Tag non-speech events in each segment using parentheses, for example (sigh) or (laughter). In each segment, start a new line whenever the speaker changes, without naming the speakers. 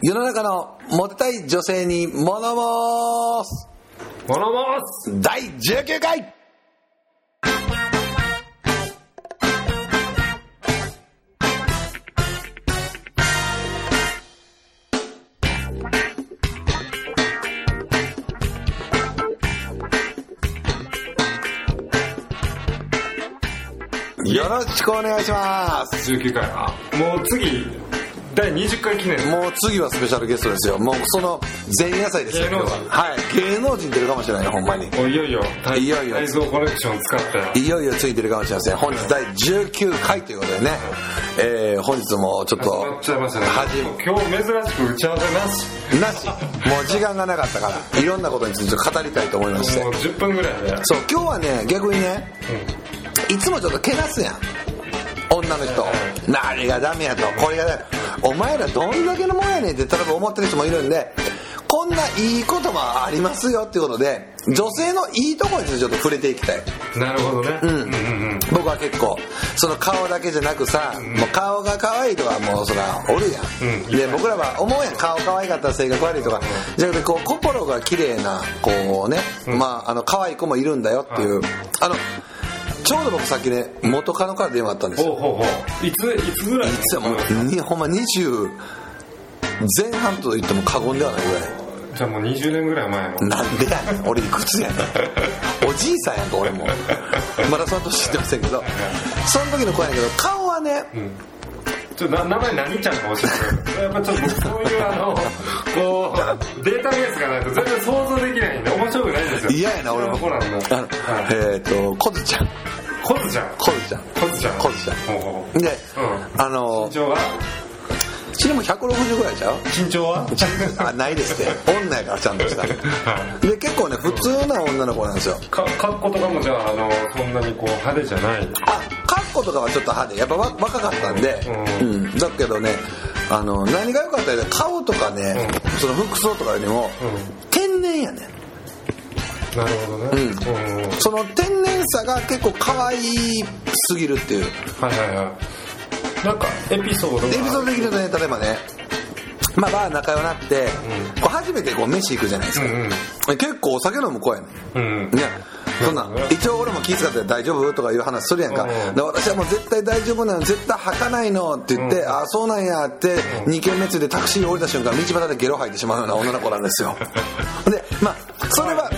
世の中のモテたい女性に物申す
モノモス
第19回よろしくお願いします
19回あもう次第20回記念
もう次はスペシャルゲストですよもうその前夜祭ですよ
芸能人
今日ははい芸能人出るかもしれないよほんまに
もういよいよ体
いよいよ
体操コネクション使ったよ
いよいよついてるかもしれません本日第19回ということでね、えー、本日もちょっ
始まっちゃいました
と
ね
恥
もう今日珍しく打ち合わせ
な
なし
しもう時間がなかったからいろんなことについて語りたいと思いまして
もう10分ぐらいで
そう今日はね逆にねいつもちょっとけなすやん女の人何がダメやとこれがダメお前らどんだけのもんやねんって例えば思ってる人もいるんでこんないいこともありますよっていうことで女性のいいところについてちょっと触れていきたい
なるほどねうんうんうん
僕は結構その顔だけじゃなくさ、もう顔が可愛いとかもうそらおるやん、
うん
で僕らは思うやん顔可愛かったら性格悪いとか、じゃなくてこう心が綺麗なこうね、まああの可愛い子もいるんだよっていう、あのちょうど僕さっきね元カノから電話あったんです
ほ
よ
うほうほういついつぐらい
実はもうにほんま20前半と言っても過言ではないぐらい
じゃあもう20年ぐらい前の
なんでやねん俺いくつやね (laughs) んおじいさんやんか俺もまだその年知ってませんけどその時の子やねんけど顔はね、
ちょっとな名前何ちゃんか教えてくれやっぱちょっとそういうあのこうデータベースがないと全然想像できないんで面白くないんですよ
嫌やな俺も
こうなんだ
あの
はい
えっ、とコズちゃん
コズちゃん
コズちゃん
コズちゃん
コズちゃん
ほうほうほう
で、
うん
あの
身長は
身長も160ぐらいちゃう
身長は
あないですって女やからちゃんと
(laughs)
したで結構ね普通な女の子なんですよ
か格好とかもじゃああのそんなにこう派手じゃない
あカッコとかはちょっと派手やっぱわ若かったんで、う
うん
だけどねあの何が良かったら顔とかね、その服装とかよりも、
うん
天然やねん
なるほどね
うん
うんうん
その天然さが結構可愛いすぎるっていう
はいはいはいなんかエピソード
エピソード
が
できるとね例えばねまあバー仲良くなって、こう初めてこう飯行くじゃないですか、
うん
結構お酒飲む子やねん
うんうん
ねそんなん
うん
一応俺も気遣って大丈夫とかいう話するやんか、
うん
で私はもう絶対大丈夫なの絶対吐かないのって言って、ああそうなんやって2軒目ついてタクシーに降りた瞬間道端でゲロ吐いてしまうような女の子なん (laughs) ですよでまあそれは、
う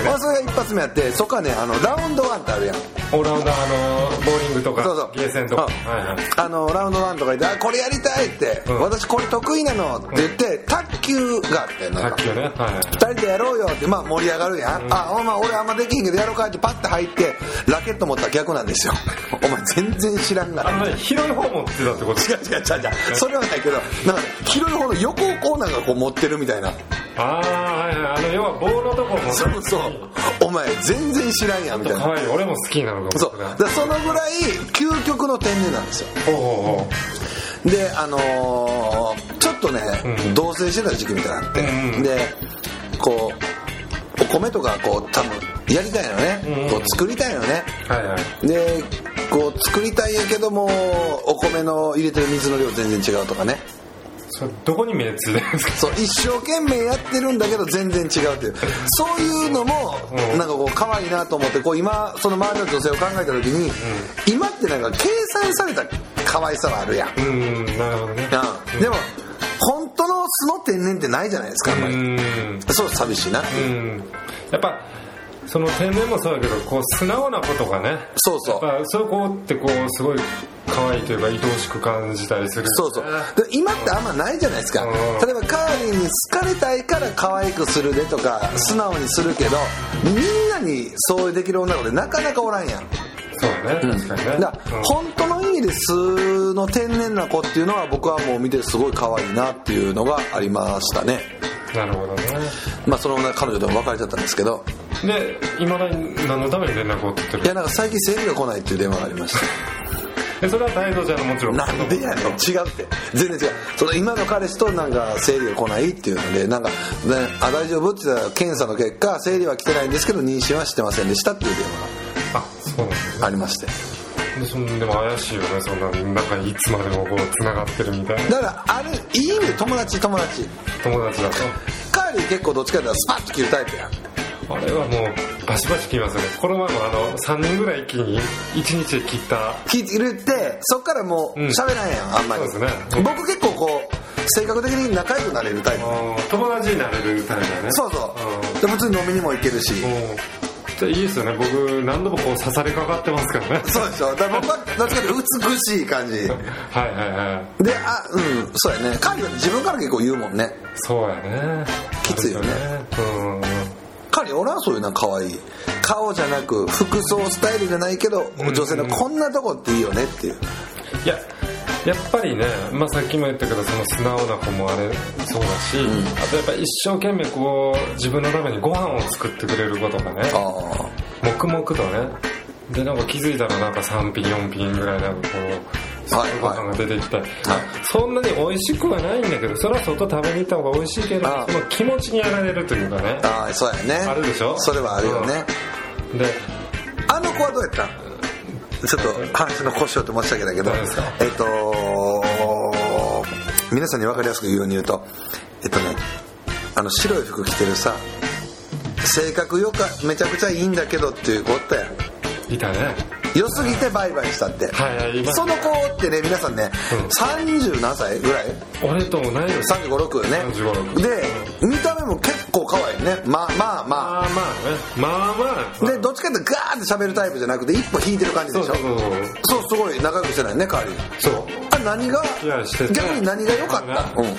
ん
うんまあ、それが一発目やってそこはねあのラウンドワンってあるやん
オランダあのボーリングとか
そうそう
ゲーセンとか
うん
はいはい
あのラウンドワンとかで「あこれやりたい」って、
うん
私これ得意なの」って言って、卓球があってなんか
卓球ねはいはい
2人でやろうよって、まあ、盛り上がるやん、あお前俺あんまできへんけどやろうかってパッて入ってラケット持ったら逆なんですよお前全然知らんが
あ
な
のね広い方持ってたってこと
違う違う違う違うそれはないけどなんかね広い方の横をこうなんかこう持ってるみたいな
ああはいはいあの要は棒のとこも
そうそうお前全然知らんやんみたい
可
な
愛い俺も好きなのかも
そう
しれ
だ
ない
からそのぐらい究極の天然なんですよ
ほうほうほ
であのーちょっとね、同棲してた時期みたいなのあって、
うんうん
でこうお米とかこう多分やりたいのね、
うんうん
こう作りたいのね
うはいはい
でこう作りたいんやけどもお米の入れてる水の量全然違うとかね
それどこに目ついてるんですか
そう一生懸命やってるんだけど全然違うっていうそういうのも
うん
なんかこう可愛いなと思ってこう今その周りの女性を考えた時に今ってなんか計算された可愛さはあるやん
うーんなるほどね
うん、でも本当の素の天然ってないじゃないですかあんま
う
り、
ーん
そう寂しいな、
うんやっぱその天然もそうやけどこう素直なことがね
そうそう
やっぱそういう子ってこうすごい可愛いというか愛おしく感じたりする
そうそうで今ってあんまないじゃないですか、
うん
例えばカーリーに好かれたいから可愛くするでとか素直にするけどみんなにそうできる女の子でなかなかおらんやん
そうだね確かにね
だから
うん
本当の意味で素の天然な子っていうのは僕はもう見てすごい可愛いなっていうのがありましたね
なるほどね
まあその女彼女とも別れちゃったんですけど
でいまだに何のために連絡を取って
い
る
やなんか最近生理が来ないっていう電話がありました
えそれは態度じゃんもちろん
なんでやねん違うって全然違うその今の彼氏となんか生理が来ないっていうのでなんか、ね「あ大丈夫?」って言ったら検査の結果生理は来てないんですけど妊娠はしてませんでしたっていう電話
あそうなんですね
がありまして
でそんでも怪しいよねそんな仲いつまでもこう繋がってるみたいな
だからあるいい意味で友達友達
友達だ
カーリー結構どっちかっていうとスパッと切るタイプやん
とあれはもうバシバシ切りますよねこの前もあの3人ぐらい一気に1日で切った
切るってそっからもう
うん
喋らんやんあんまり
そうですね
僕結構こう性格的に仲良くなれるタイ
あ
プ
の友達になれるタイプだね
そうそうで普通に飲みにも行けるし
うんもうじゃあいいですよね僕何度もこう刺されかかってますからね
(laughs) そうでしょだから僕はどっちかっていうと美しい感じ
はいはいはい
であうんそうやねカーリーは自分から結構言うもんね
そうやね
きついよね
うん
カーリー俺はそういうな可愛い顔じゃなく服装スタイルじゃないけど女性のこんなとこっていいよねっていう
いややっぱりね、まあ、さっきも言ったけどその素直な子もあれそうだし、あとやっぱ一生懸命こう自分のためにご飯を作ってくれることがね
ああ
黙々とねでなんか気づいたらなんか3品4品ぐらいなんかこうすご
はい
いご飯が出てきて、
い
そんなに美味しくはないんだけどそれは外食べに行った方が美味しいけど
ああ
その気持ちにやられるというかね
ああそうやね
あるでしょ
それはあるよね、
で
あの子はどうやったんちょっと話の腰をって申し訳だけど
大丈夫ですか、
えっと、皆さんに分かりやすく言うように言うと、えっとね、あの白い服着てるさ、性格よか、めちゃくちゃいいんだけどっていう子おったやん。
いたね
良すぎてバイバイしたって。
はいはい今
その子ってね、皆さんね、
うん
30何歳ぐらい
俺と同い年
35、6ね。
35 6
で、見た目も結構可愛いね。まあまあまあ。
まあまあねまあまあ
で、どっちかっていうとガーって喋るタイプじゃなくて、一歩引いてる感じ
そ
で
う
し
そ
ょ
うそうそう
そうすごい仲良くしてないねカーリー
そう
あ何が
いやしてた
逆に何が良かった、うん、い
い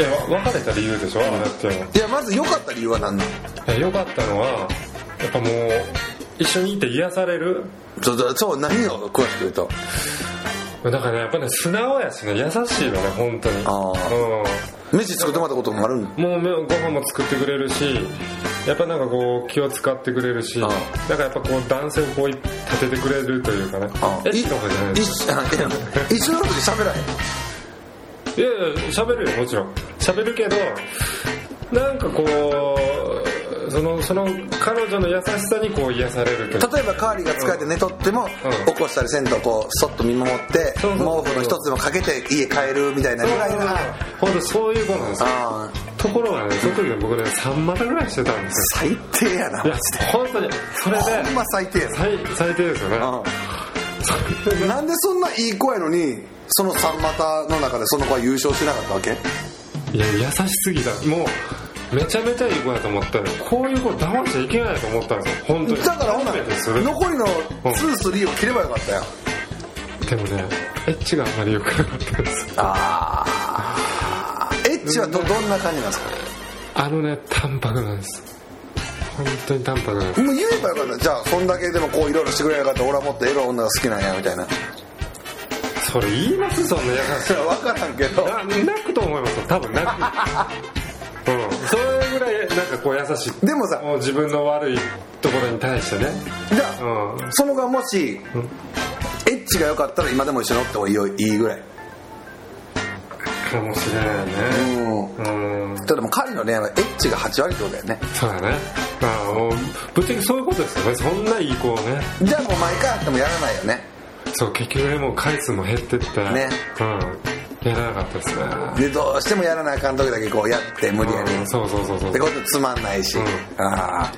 やわ別れた理由でしょ、あれだって
やまず良かった理由は何なの
いや良かったのはやっぱもう一緒にいて癒される
そうそうそう何を詳しく言うと
だからねやっぱね素直やしね優しいよね本当に
あー飯作ってもらったこともあるん
うんもうめご飯も作ってくれるしやっぱなんかこう気を使ってくれるし
あ
だからやっぱこう男性をこう立ててくれるというかね
あ
えっとかじゃない
い
で
い
す
あいや一緒の時喋らへん
いやいや喋るよもちろん喋るけどなんかこうそのその彼女の優しさにこう癒されるというか
例えばカーリーが疲れて寝とっても、起こしたりせんとこうそっと見守って
そうそうそう
毛布の一つでもかけて家帰るみたいなぐらいな
本当そういうことなんですよ
あー
ところがねその時ね僕ね3股ぐらいしてたんです
最低やな
よいや本当にそれで
ほんま最低やな
最最低ですよね
うんなんでそんないい子やのにその三股の中でその子は優勝しなかったわけ
いや優しすぎたもうめちゃめちゃいい子やと思ったらこういう子騙しちゃいけないと思ったんですよ本当に
だからほんなら
初めてする
残りの23を切ればよかったよ
でもねエッチがあんまり良くなかったです
ああエッチはどどんな感じなんです
あのね淡白なんです本当に淡白なんです
かもう言えばよかったじゃあそんだけでもこういろいろしてくれなかったら俺はもっとエロい女が好きなんやみたいな
それ言いますそんな優しさ
分からんけど
な泣くと思いますよ多分泣くうんそれぐらいなんかこう優しい
でもさ
う自分の悪いところに対してね
じゃあ
うん
その子がもしエッチが良かったら今でも一緒におってもいいよいいぐらい
かもしれないね
うん
うん
ただでも彼の恋愛はエッチが8割ってことだよね
そうだねまあもうぶっちゃけそういうことですよねそんないい子をね
じゃあもう毎回あってもやらないよね
そう結局ねもう回数も減ってって
ね
うんやらなかったですね
でどうしてもやらなあかん時だけこうやって無理やり、
うんそうそうそうそう
ってことつまんないし、
うん
ああ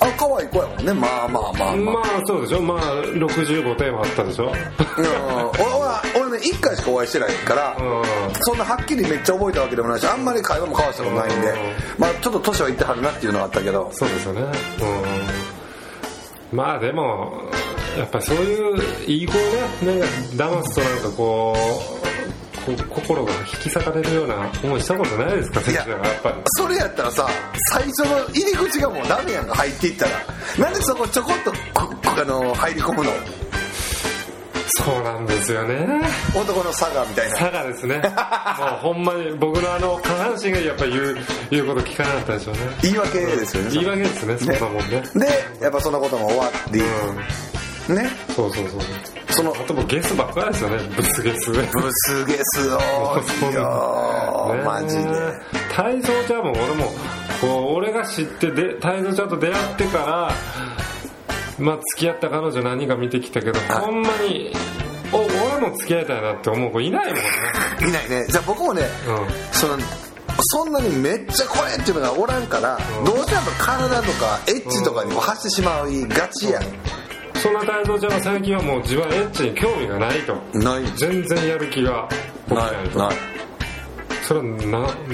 あ可愛い子やもんねまあまあまあまあ、
まあそうでしょまあ65点はあったでしょ
うん、俺は俺ね1回しかお会いしてないから、
うん
そんなはっきりめっちゃ覚えたわけでもないしあんまり会話も交わしたことないんで、
うん
まあ、ちょっと年はいってはるなっていうのはあったけど
そうですよねうんまあでもやっぱそういういい子をねなんか騙すとなんかこうこ心が引き裂かれるような思いしたことないですか
い
先
や
生はやっぱり
それやったらさ最初の入り口がもうダメやんか入っていったらなんでそこちょこっとこあの入り込むの
そうなんですよね
男の差がみたいな
差がですねもうほんまに僕のあの下半身がやっぱり言う言うこと聞かなかったでしょうね
言い訳ですよね、
言い訳ですねそんなもんね
でやっぱそのことも終わり、
う
ね
んそうそうそう
その
あともうゲスばっかりですよねブスゲ
(laughs)
ス
ブスゲス (laughs) 多いよ、
ねえ
マジで
太蔵ちゃんも俺もこう俺が知ってで太蔵ちゃんと出会ってからまあ付き合った彼女何人か見てきたけど
はい
ほんまにお俺も付き合いたいなって思う子いないもんね
いないねじゃあ僕もね、そのそんなにめっちゃこれっていうのがおらんから、
うん
どうせやっぱ体とかエッチとかにも走ってしまいがちやん、
うんそんな太蔵ちゃんは最近はもう自分はエッチに興味がないと
ない
全然やる気が起き
な
ない
い
と
ない
それは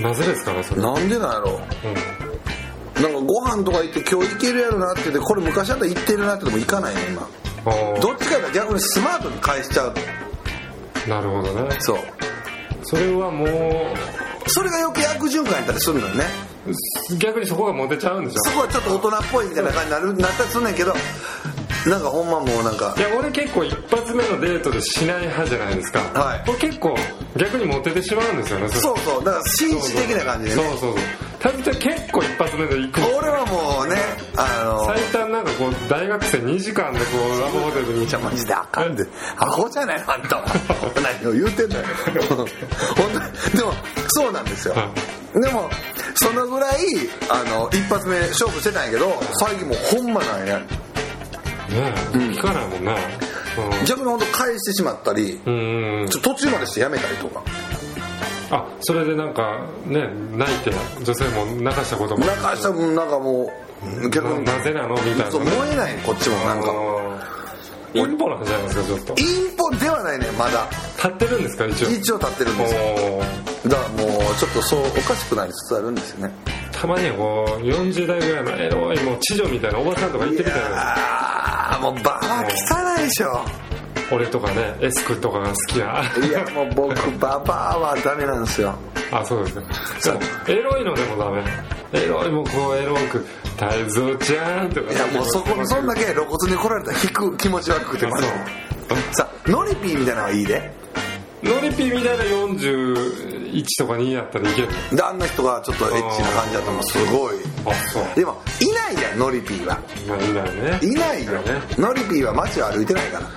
ななぜですかねそれは
なんでなんやろ
うん
うなんかご飯とか行って今日行けるやろなって言ってこれ昔あったら行ってるなってでも行かないね今
あー
どっちかが逆にスマートに返しちゃう
なるほどね
そう
それはもう
それが余計悪循環やったりするのよね
逆にそこがモテちゃうんでし
そ
ょ
こはちょっと大人っぽいみたいな感じになるなったりすんねんけどなんかほんまもうなんか
いや俺結構一発目のデートでしない派じゃないですか、
はい
これ結構逆にモテてしまうんですよね
そうそうだから紳士的な感じでね
そうそうそうたぶん結構一発目で行く
俺はもうねあの
最短なんかこう大学生2時間でこうラブホテルに
じゃマジであかんでアホじゃないのあんたは何を言うてんだよ (laughs) 本当にでもそうなんですよ
は
でもそのぐらいあの一発目勝負してたんやけど最近もうほんまなんやね
ねえ聞かないもんね
逆に本当返してしまったり
うんうんうん
ちょ途中までしてやめたりとか
あそれでなんかね泣いて女性も泣かしたことも
なんかした分なんかもう逆に
ななぜなのみたい
そう
なね
燃えないこっちもなんか
うんインポなんじゃないですかちょっと
インポではないねまだ
立ってるんですか一応
一応立ってるん
お
ですよ
ー
だからもうちょっとそうおかしくなりつつあるんですよね
たまにはこう40代ぐらいのエロいもう知女みたいなおばさんとか行ってみたいな
ああもうババア汚いでしょ
俺とかねエスクとかが好
(laughs)
きない
やもう僕ババアはダメなんですよ
あそうですね
そ
そううエロいのでもダメエロいもこうエロく「太蔵ちゃん」とか
いやもうそこそんだけ露骨に来られたら引く気持ち悪くて
あ
まず
そう
さノリピーみたいなのはいいで
ノリピみたいな41とか2やったらいける
であんな人がちょっとエッチな感じだったのすごい
あそう
でもいないじゃんノリピーは
まあいないね
いないよ
ね
ノリピーは街を歩いてないから
も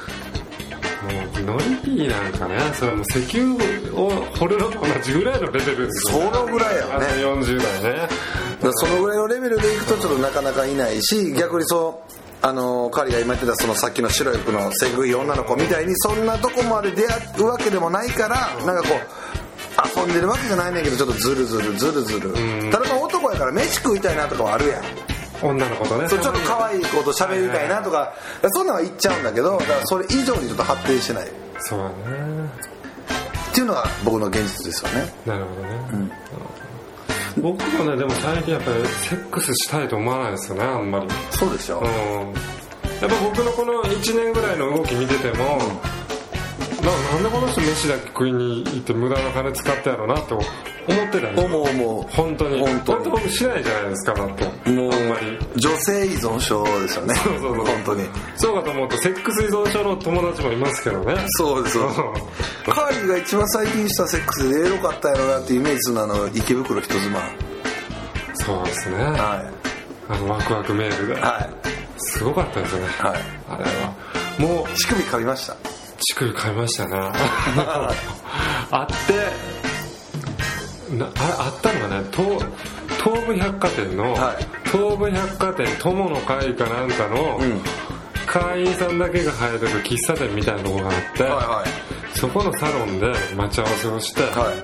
うノリピーなんかねそれはもう石油を掘るのと同じぐらいのレベルです
そ
よ
のぐらいや
あ
よ
の
ね
40代ね
だからそのぐらいのレベルでいくとちょっとなかなかいないし逆にそうあの彼が今言ってたそのさっきの白い服のセグい女の子みたいにそんなとこまで出会うわけでもないからなんかこう遊んでるわけじゃないねんけどちょっとズルズルズルズル
ん
ただまあ男やから飯食いたいなとかはあるやん
女の子とね
そうちょっと可愛い子と喋りたいなとかそんなんは言っちゃうんだけどだからそれ以上にちょっと発展してないっ
そうだね
ていうのが僕の現実ですよね
なるほどね、僕もねでも最近やっぱりセックスしたいと思わないですよねあんまりうん
そうでしょ
やっぱ僕のこの1年ぐらいの動き見てても、ななんでこの人飯だけ食いに行って無駄な金使ったやろなと思ってたんですよ
思う思う
本当に
本当に
だって僕しないじゃないですかだって
もう
あんまり
女性依存症ですよね
そうそうそう
本当に
そうかと思うとセックス依存症の友達もいますけどね
そうですよカーリーが一番最近したセックスでエロかったやろなっていうイメージするのはあの池袋人妻は
そうですね
い
あ
は
のワクワクメール
い
がすごかったですよね
はい
あれはもう
乳首噛みました
乳首買いまし
(laughs)
たなあってなああったのがね東東武百貨店の、
はい
東武百貨店友の会かなんかの、
ん
会員さんだけが入れる喫茶店みたいなとこがあって、
はい
そこのサロンで待ち合わせをして、
はいは
で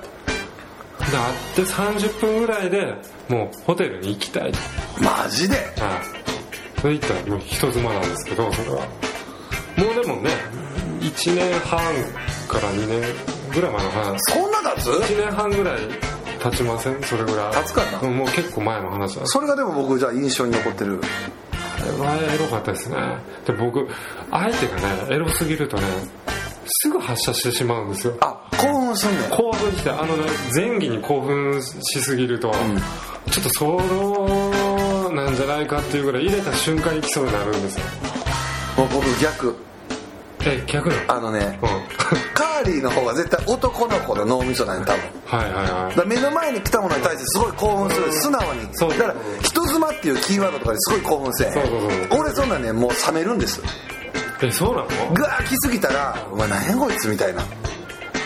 会って30分ぐらいでもうホテルに行きたいと
いマジで
はい。それ言ったらもう人妻なんですけど、それは。もうでもね、1年半から2年ぐらい前の話。
そんな立つ
1年半ぐらい経ちませんそれぐらい。
経つかな
うんもう結構前の話だ。
それがでも僕じゃあ印象に残ってる
あれはエロかったですね。で、僕、相手がね、エロすぎるとね、すぐ発射してしまうんですよ。
あ興奮すんねん
興奮して、あのね、前儀に興奮しすぎると、ちょっとその、なんじゃないかっていうぐらい入れた瞬間に来そうになるんですよ。
もう僕逆
え、逆なの
あのね
うん
カーリーの方が絶対男の子の脳みそなんや多分
はいはいはい
だから目の前に来たものに対してすごい興奮する素直に
そう
だから人妻っていうキーワードとかですごい興奮せえへん
そうそうそ
俺そんなねもう冷めるんです
えそうなの
ガー来すぎたら「お前何やこいつ」みたいな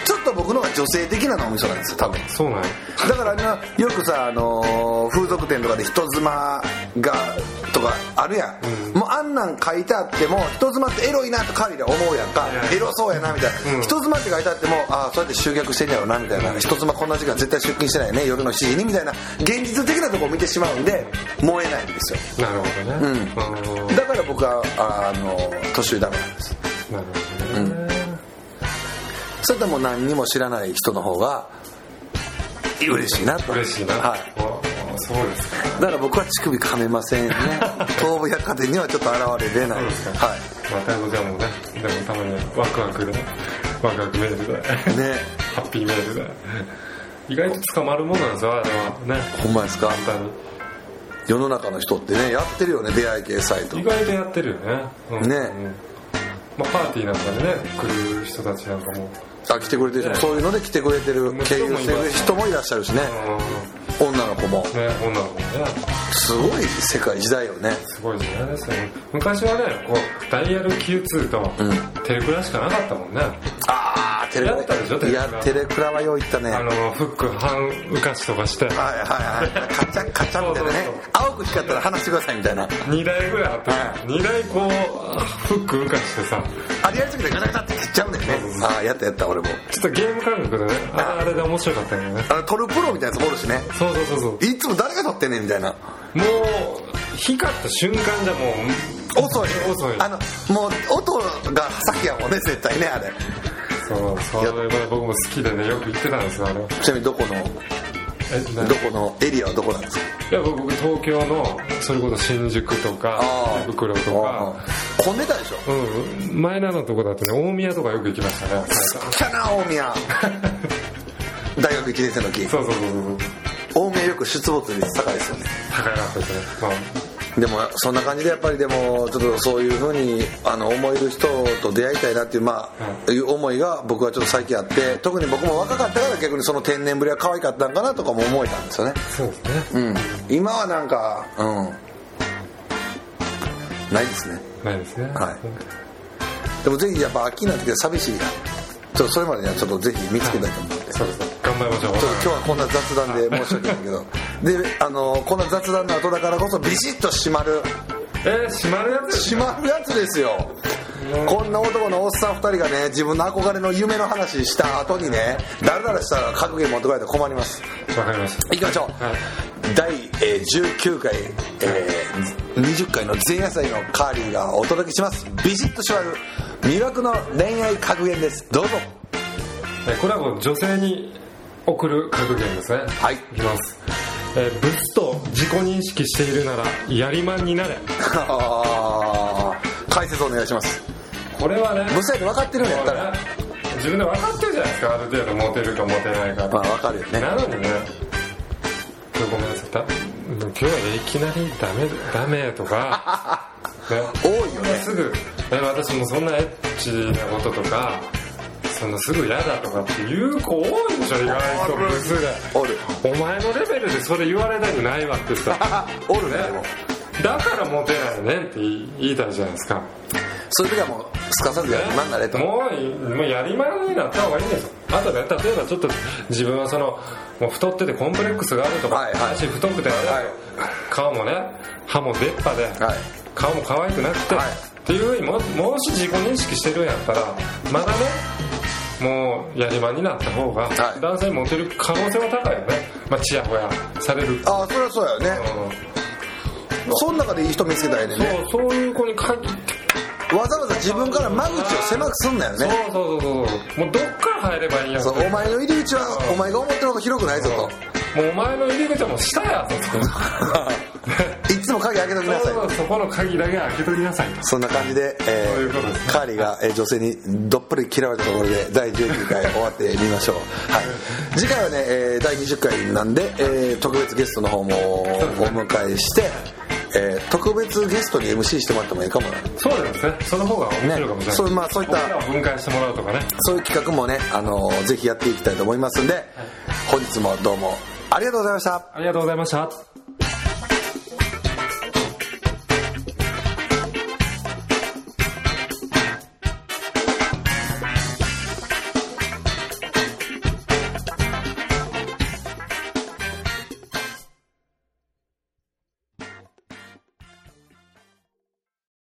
ちょっと僕俗のが女性的な脳みそなんですよ多分
そうなんや
だからなよくさ、あのー風俗店とかで人妻がとかあるやん、もうあんなん書いてあっても人妻ってエロいなと彼ら思うやんか、
いはい
エロそうやなみたいな、
うん
人妻って書いてあってもああそうやって集客してんやろなみたいな、人妻こんな時間絶対出勤してないよね夜の7時にみたいな現実的なとこを見てしまうんで燃えないんですよ
なるほどね
うん
あー
だから僕はあのー年上ダメなんです
なるほどね、
それとも何にも知らない人の方が嬉しいなと
嬉しいな、
はい
おそうですか
だから僕は乳首噛めま
(laughs)
せんね東武百貨店にはちょっと現れれない
そ
で
うです
す
か
は
またでもねでもたまにワクワクでワクワクメールで
いね
ハッピーメールで意外と捕まるもんなんですよあれはね
ほんまですか
簡単に
世の中の人ってねやってるよね出会い系サイト
意外とやってるよね、うん
ね
うんまあ、パーティーなんかでね来る人たちなんかも
あ来てくれてる人も
ね
そういうので来てくれてる
もち
経
ろん
由してる人もいらっしゃるしね
あの
女の子も
ね女の子もね
すごい世界時代よね
すごい時代ですよね昔はねこうダイヤル Q2 とテレクラしかなかったもんね、
ああテレ
やったでしょテ
い
レクラ
やテレクラはよういったね
あ
はい
のフック半浮かしとかして
はいはいカチャカチャみたいなね
そうそうそう
青く光ったら話してくださいみたいな
2台ぐらいあった2台こうフック浮かしてさ
あれやりすぎてガチャガチャって切っちゃうんだよねああやったやった俺も
ちょっとゲーム感覚でねあれあれで面白かったんよね
あのトルプロみたいなやつもおるしね
そうそうそうそうも
いつも誰が撮ってんねんみたいな
う光った瞬間じゃもう
遅い
遅い
あのもう音が先やもんね絶対ねあれ
そうそれは僕も好きでねよく行ってたんですよあれは
ちなみにどこの
えな
どこのエリアはどこなんですか
いや僕東京のそれこそ新宿とか
あー
池袋とか
あー混んでたでしょ
うんマイナーなとこだとね大宮とかよく行きましたね
キャナ大 (laughs) 宮大学1年生の時
そうそうそうそう
大宮よく出没率高いですよね
高いなってねまあ
でもそんな感じでやっぱりでもちょっとそういうふうにあの思える人と出会いたいなっていう,、まあいう思いが僕はちょっと最近あって特に僕も若かったから逆にその天然ぶりは可愛かったんかなとかも思えたんですよね
そうですね
うん、今はなんかうんないですね
ないですね
はい
い
でもぜひやっぱ秋になってきて寂しいなちょっとそれまでにはちょっとぜひ見つけたいと思って、ちょっ
そうですね頑張りましょう
と今日はこんな雑談で申し訳ないけどであのこんな雑談の後だからこそビシッと締まる
えー閉まるやつ
締まるやつですよこんな男のおっさん2人がね自分の憧れの夢の話した後にねだらだらしたら格言持ってこられて困ります
わかりました
行きましょう、
はい
第、えー19回、えー20回の前夜祭のカーリーがお届けしますビシッと縛る魅惑の恋愛格言ですどうぞ (laughs)
えーこれはもう女性に送る格言ですね
はい
いきます、えーブスと自己認識しているならやりまんになれ
あー解説お願いします
これはね
無線で分かってるんやったら、
自分で分かってるじゃないですかある程度モテるかモテないか、
まあ、分かるよね
なのにねごめんなさいだ今日はいきなりダメダメとか、
(laughs)
ね、
多いよね
すぐえ私もそんなエッチなこととかそんなすぐ嫌だとかっていう子多いでしょ意外とブスで
(laughs) おる
お前のレベルでそれ言われたくないわっ
(laughs)
てさ
おるねでも
だからモテないねんって言い言いたいじゃないですか
そういう時はもうすかさずやりまんなれと
もうもうやりまんになった方がいいんですよあとね例えばちょっと自分はそのもう太っててコンプレックスがあるとか、
はいはい
足太くてあれだと、顔もね歯も出っ歯で、
はい
顔も可愛くなくて、
はい
っていうふうにももし自己認識してるんやったらまだねもうやりまんになった方が
はい
男性にモテる可能性は高いよね、まあ、ちやほやされる
ああそりゃそうやよねその中でいい人見つけたらええねんね
そうそういう子に限って
わざわざ自分から間口を狭くすんなよね
そうそうそうそうもうどっから入ればいいんや
そうお前の入り口はお前が思ってるほど広くないぞと
もうお前の入り口はもう下やと
いつも鍵開けときなさい
そうそこの鍵だけ開けときなさいと
そんな感じで、え
そういうことですね
カーリーが、えー女性にどっぷり嫌われたところで第19回終わってみましょう、はい、次回はね、えー第20回なんで、えー特別ゲストの方もお迎えして、えー特別ゲストに MC してもらってもいいかもな
そうですねその方が面白いかもしれない、
ねそうまあそういった
僕らを分解してもらうとかね
そういう企画もね、あのーぜひやっていきたいと思いますんで、本日もどうもありがとうございました
ありがとうございました